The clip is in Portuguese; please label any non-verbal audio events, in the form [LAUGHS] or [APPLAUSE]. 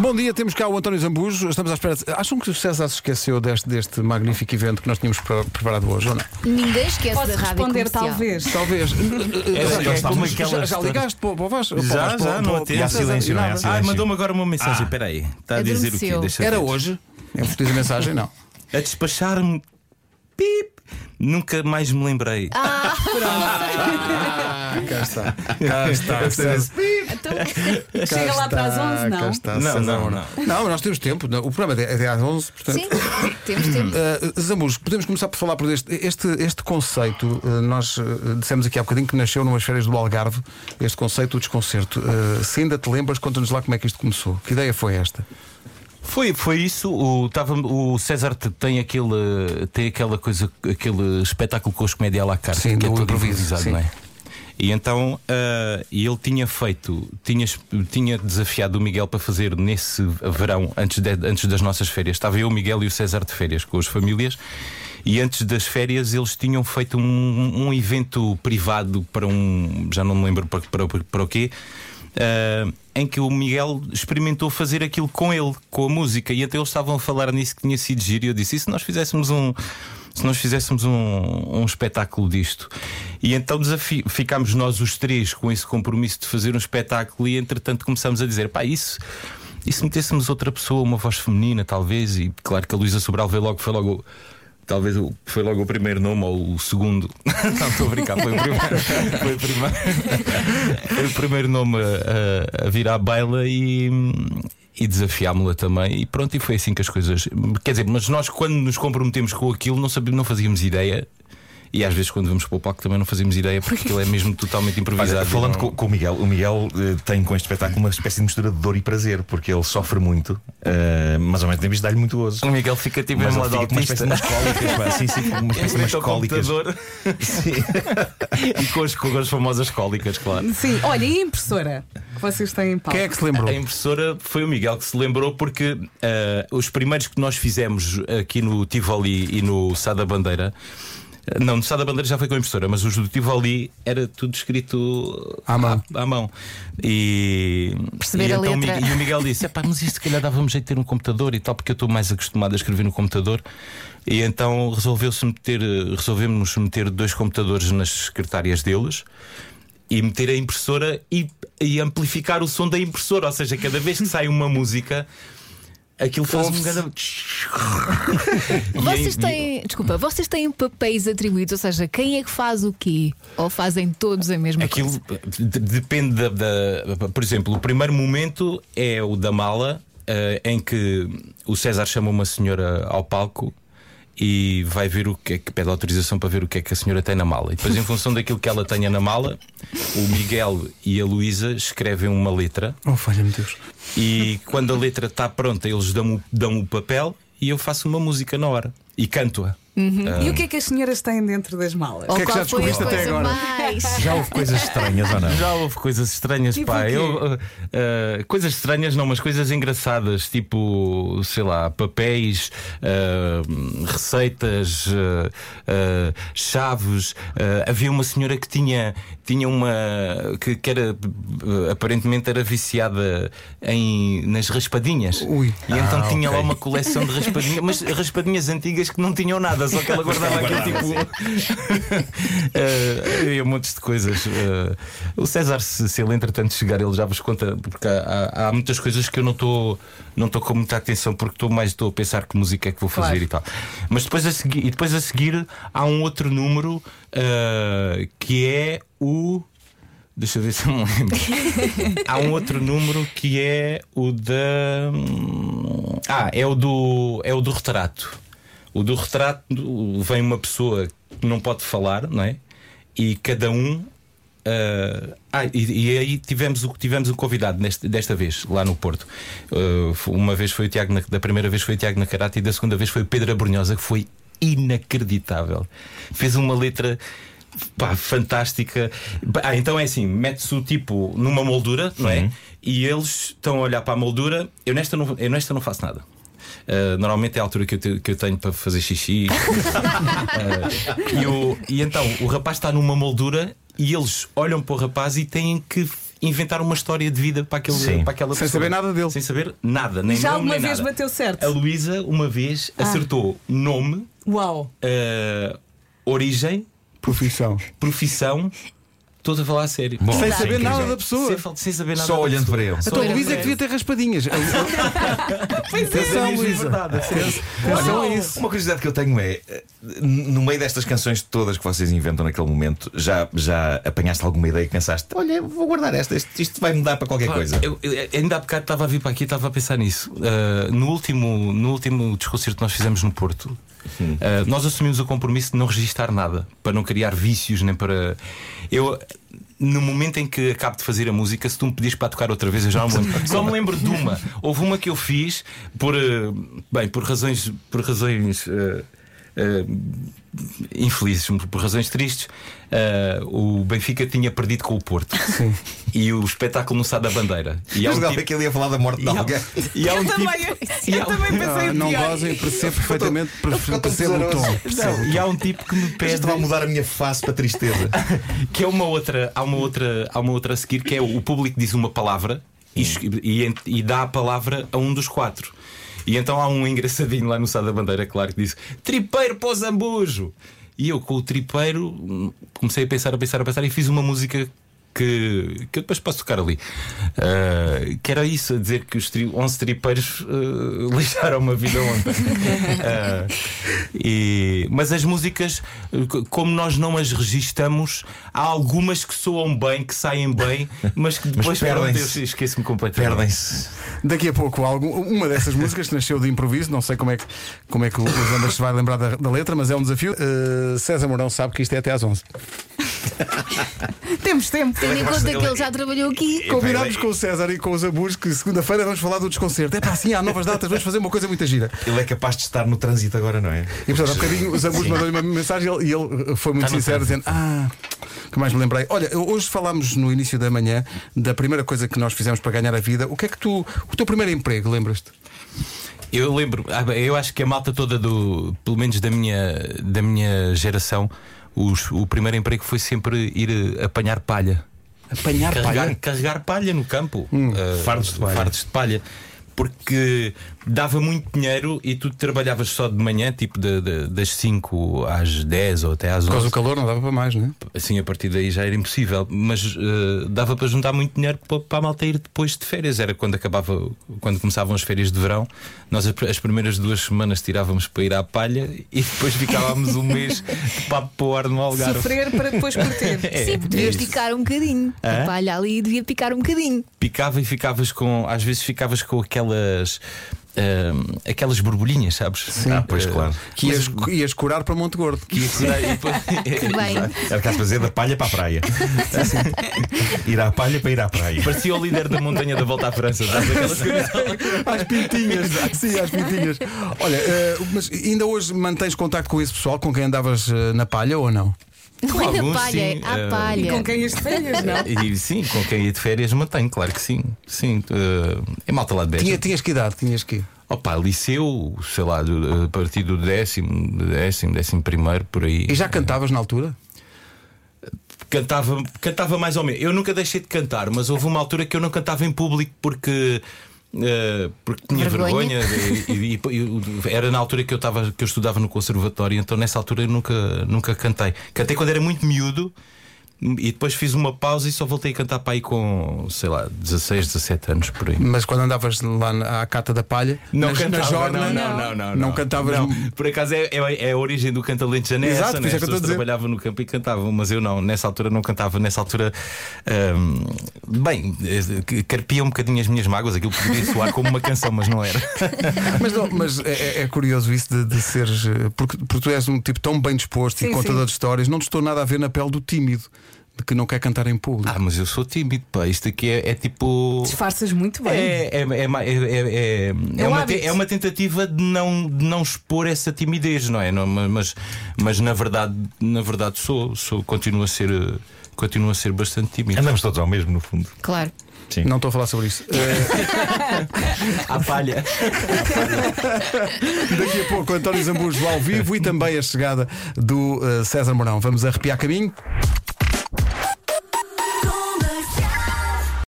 Bom dia, temos cá o António Zambujo. Estamos à espera. de- Acham que o César se esqueceu deste, deste magnífico evento que nós tínhamos pre- preparado hoje ou não? Ninguém esquece Posso da rádio responder, comercial. talvez. Talvez. Era- É, está como uma já- aquela já história- ligaste para o para o Vasco? Para o Já, Vasco, para já, o- não para o- atende. para o Ah, César, e nada. Ah, mandou-me agora uma mensagem, peraí. Está a dizer o quê? Adormeceu. Deixa eu Era ver. hoje? Eu fiz a mensagem, não. A despachar-me. Pip! Nunca mais me lembrei. Ah, cá está. Cá está. [LAUGHS] é César. Então, Chega lá para as 11, não. está, Não, César não, Mourão. Não, nós temos tempo. não, O programa é até às 11, portanto. Sim, temos tempo. Uh, Zambujo, podemos começar por falar por este, este, este conceito. uh, nós uh, dissemos aqui há bocadinho que nasceu numas férias do Algarve, este conceito do desconcerto. Uh, se ainda te lembras, conta-nos lá como é que isto começou. Que ideia foi esta? Foi, foi isso. O, tava, o César te- tem, aquele, tem aquela coisa, aquele espetáculo com os comédia à la carte, Sim, que é do todo improviso, improvisado, sim. não é? E então ah, e ele tinha feito, tinha, tinha desafiado o Miguel para fazer nesse verão, antes, de- antes das nossas férias. Estava eu, o Miguel e o César de férias com as famílias. E antes das férias eles tinham feito um, um evento privado para um. já não me lembro para, para, para o quê. ah, em que o Miguel experimentou fazer aquilo com ele, com a música, e até eles estavam a falar nisso que tinha sido giro. E eu disse: e se nós fizéssemos um, se nós fizéssemos um, um espetáculo disto. E então desafi- ficámos nós os três com esse compromisso de fazer um espetáculo e entretanto começámos a dizer, pá, isso. E se metêssemos outra pessoa, uma voz feminina, talvez, e claro que a Luísa Sobral veio logo, foi logo. o- Talvez o- foi logo o primeiro nome ou o segundo. [LAUGHS] Não, estou a brincar, foi o primeiro. Foi o primeiro, foi [LAUGHS] o primeiro nome a, a- a vir à baila e, e desafiámo-la também. E pronto, e foi assim que as coisas. Quer dizer, mas nós quando nos comprometemos com aquilo não, sabíamos, não fazíamos ideia. E às vezes quando vamos para o palco também não fazíamos ideia porque aquilo é mesmo totalmente improvisado. Olha, falando Não- com, com o Miguel, o Miguel eh, tem com este espetáculo uma espécie de mistura de dor e prazer, porque ele sofre muito, eh, mas ao mesmo tempo isto dá-lhe muito gozo. O Miguel fica tipo Mas ele em lado fica com uma espécie de umas autista. é cólicas, pá. sim, sim, com uma espécie de umas Frente ao cólicas. [LAUGHS] computador. e com as, com as famosas cólicas, claro. Sim, olha, e a impressora que vocês têm em palco? Quem é que se lembrou? A impressora foi o Miguel que se lembrou porque ah, os primeiros que nós fizemos aqui no Tivoli e no Sá da Bandeira. ah, Não, no Sá da Bandeira já foi com a impressora, mas os do Tivoli era tudo escrito À mão. À, à mão. E. Perceber e a então o letra. Mi- e o Miguel disse: "Epá, mas isto se calhar dava-me jeito de ter um computador e tal, porque eu estou mais acostumado a escrever no computador. E então resolveu-se meter, eh, resolvemos meter dois computadores nas secretárias deles e meter a impressora e, e amplificar o som da impressora. Ou seja, cada vez que sai uma música, aquilo faz [LAUGHS] um grande. Vocês E- têm, desculpa, vocês têm papéis atribuídos, ou seja, quem é que faz o quê? Ou fazem todos a mesma Aquilo coisa? de- depende da, da- Por exemplo, o primeiro momento é o da mala, eh, em que o César chama uma senhora ao palco e vai ver o que é que pede autorização para ver o que é que a senhora tem na mala. E depois, em função daquilo que ela tenha na mala, o Miguel e a Luísa escrevem uma letra. Oh, falha-me Deus. E quando a letra está pronta, eles dão o, dão o papel e eu faço uma música na hora e canto-a. E Ah. o que é que as senhoras têm dentro das malas? Ou que é que qual já foi a descobriste até coisa agora? mais? Já houve coisas estranhas ou não? Já houve coisas estranhas, Tipo o pá. quê? Eu, uh, uh, coisas estranhas, não, mas coisas engraçadas, tipo, sei lá, papéis, uh, receitas, uh, uh, chaves. Uh, havia uma senhora que tinha, tinha uma. que, que era. uh, aparentemente era viciada em, nas raspadinhas. Ui. E então tinha lá uma coleção de raspadinhas, mas raspadinhas antigas que não tinham nada, só que ela guardava aquilo tipo. Eh, Havia montes de coisas. Eh, o César, se, se ele entretanto chegar, ele já vos conta, porque há, há- há muitas coisas que eu não estou não estou com muita atenção, porque estou mais estou a pensar que música é que vou fazer Claro. e tal. Mas depois a seguir, e depois a seguir há um outro número eh, que é o. Deixa eu ver se eu me lembro. [LAUGHS] Há um outro número que é o da. Ah, é o do, é o do retrato. O do retrato vem uma pessoa que não pode falar, não é? E cada um. ah, ah, e, e aí tivemos, o- tivemos um convidado neste- desta vez, lá no Porto. Ah, foi- uma vez foi o Tiago, Na- da primeira vez foi o Tiago Nacarate e da segunda vez foi o Pedro Abrunhosa, que foi inacreditável. Fez uma letra pá, fantástica. Ah, então é assim: mete-se o tipo numa moldura, não é? E eles estão a olhar para a moldura. Eu nesta não, eu nesta não faço nada. Ah, normalmente é a altura que eu, te- que eu tenho para fazer xixi. [LAUGHS] Ah, e, o- e então o rapaz está numa moldura e eles olham para o rapaz e têm que inventar uma história de vida para, aquele, Sim. para aquela Sem pessoa. saber nada dele. Sem saber nada, nem Já nome, alguma nem vez nada. É bateu Ah. certo? A Luísa, uma vez, acertou nome, Uau! eh, origem, Profissão. profissão, toda a falar a sério. Bom, Sem isso é saber incrível. nada da pessoa. Sem, fal- sem saber nada. Só da olhando pessoa. para ele. Então, Só olhando Luísa é que para devia ele. ter raspadinhas. Atenção, Diz Luísa. verdade, a sério. Atenção a Uau. isso. Uma curiosidade que eu tenho é, eh, no meio destas canções todas que vocês inventam naquele momento, já, já apanhaste alguma ideia e pensaste, olha, vou guardar esta, isto, isto vai mudar para qualquer Pá, coisa. Eu, eu- ainda há bocado estava a vir para aqui e estava a pensar nisso. Ah, no, último, no último desconcerto que nós fizemos no Porto, ah, nós assumimos o compromisso de não registar nada, para não criar vícios, nem para. Eu, no momento em que acabo de fazer a música, se tu me pedires para tocar outra vez, eu já não me lembro. Só me lembro de uma. Houve uma que eu fiz por, ah, bem, por razões. Por razões ah, ah, infelizes, por razões tristes, ah, o Benfica tinha perdido com o Porto e o espetáculo no Sá da Bandeira. E há Mas um nada tipo- que ele ia falar da morte de e há- alguém. e há eu um Ah, tipo- [LAUGHS] também, e eu há- também pensei Ah, não pior. gozem, percebo perfeitamente, ficou tão percebo o tom. pesaroso. percebo. Não, e há um tipo que me pede Isto vai mudar a minha face para tristeza. [LAUGHS] que é uma outra, há uma outra, há uma outra a seguir que é o público diz uma palavra e, es- e ent- e dá a palavra a um dos quatro. E então há um engraçadinho lá no Sá da Bandeira, claro, que diz tripeiro para o Zambujo. E eu com o tripeiro hum, comecei a pensar, a pensar, a pensar e fiz uma música que, que eu depois posso tocar ali. Ah, que era isso, a dizer que os tri, 11 tripeiros ah, [LAUGHS] lixaram uma vida ontem. Ah, e- mas as músicas, eh, co- como nós não as registamos, há algumas que soam bem, que saem bem, mas que depois perdem-se. pronto, eu Esqueço-me completamente. Perdem-se. Daqui a pouco, algum, uma dessas músicas que nasceu de improviso, não sei como é que, como é que o Luís Andas se vai lembrar da, da letra, mas é um desafio. Eh, César Mourão sabe que isto é até às 11. Temos tempo. Tendo em conta que ele já trabalhou aqui. Combinámos com o César e com os Abus que segunda-feira vamos falar do desconcerto. É para assim, há novas datas, vamos fazer uma coisa muito gira. Ele é capaz de estar no trânsito agora, não é? E portanto, há bocadinho os Abus mandou-lhe uma mensagem e ele, e ele foi muito sincero, dizendo: Ah, que mais me lembrei. Olha, eu- hoje falámos no início da manhã da primeira coisa que nós fizemos para ganhar a vida. O que é que tu. O teu primeiro emprego, lembras-te? Eu lembro, ah, bem, eu acho que a malta toda do, pelo menos da minha, da minha geração, os- o primeiro emprego foi sempre ir eh, apanhar palha. Apanhar carregar, palha. carregar palha no campo. Ah, fardos de palha. fardos de palha. Porque dava muito dinheiro e tu trabalhavas só de manhã, tipo de- de- das 5 às 10 ou até às Por 11. causa do calor não dava para mais, não é? Assim, a partir daí já era impossível, mas eh, dava para juntar muito dinheiro pa- para a malta ir depois de férias. Era quando acabava, quando começavam as férias de verão, nós as, pr- as primeiras duas semanas tirávamos para ir à palha e depois ficávamos um mês de papo para o ar no Algarve. Sofrer para depois curtir. [LAUGHS] É, Sim, é devias isso. picar um bocadinho. A palha ali devia picar um bocadinho. picava e ficavas com. Às vezes ficavas com aquelas. ahm, aquelas borbulhinhas, sabes? Sim, Ah, pois, claro. Que ias, ias curar para Monte Gordo. Que ia curar e depois- [LAUGHS] Bem, Era capaz de fazer é da palha para a praia. Ir à palha para ir à praia. Parecia o líder da montanha da volta à França. sabes? Aquelas coisas- [LAUGHS] Às pintinhas, sim, às pintinhas. Olha, eh, mas ainda hoje mantens contacto com esse pessoal com quem andavas eh, na palha ou não? não é alguns, da palha, sim, é à eh, E palha. com quem as férias, não? é? [LAUGHS] E sim, com quem ia de férias mantenho, claro que sim. Sim, ah, é malta lá de 10. Tinha, tinhas que idade, tinhas que. Opa, liceu, sei lá, do- eh, a partir do décimo, décimo, décimo primeiro, por aí. E já cantavas na altura? cantava, cantava mais ou menos. Eu nunca deixei de cantar, mas houve uma altura que eu não cantava em público porque. eh, porque tinha Vergonha. vergonha, de- e, e- e- era na altura que eu, estava que eu estudava no conservatório, então nessa altura eu nunca, nunca cantei. Cantei quando era muito miúdo e depois fiz uma pausa e só voltei a cantar para aí com, sei lá, 16, 17 anos por aí. Mas quando andavas lá na- à cata da palha, Não nas- cantava, na jorna, não, não, não, não, não não. cantavas. Não, Por acaso é, é- é a origem do cantalente janela. Exato, essa, por né? isso é que As eu estou pessoas a dizer. trabalhavam no campo e cantavam, mas eu não, nessa altura não cantava, nessa altura ahm, bem, eh, que- carpia um bocadinho as minhas mágoas, aquilo poderia soar como uma canção, mas não era. [LAUGHS] Mas, não, mas é, é- é curioso isso de, de seres. eh, Porque, porque tu és um tipo tão bem disposto e Sim, contador sim. de histórias, não te estou nada a ver na pele do tímido, de que não quer cantar em público. [LAUGHS] Ah, mas eu sou tímido, pá, isto aqui é, é tipo. Disfarças muito bem. É, é, é, ma- é- é- é- é um uma, hábito. te- é uma tentativa de não, de não expor essa timidez, não é? Não, ma- mas mas na, verdade, na verdade sou, sou continuo, a ser, eh, continuo a ser bastante tímido. Andamos todos ao mesmo, no fundo. Claro. Sim. Não estou a falar sobre isso. À palha. Daqui a eh, pouco, António Zambujo ao vivo e também a chegada do eh, César Mourão. Vamos arrepiar caminho?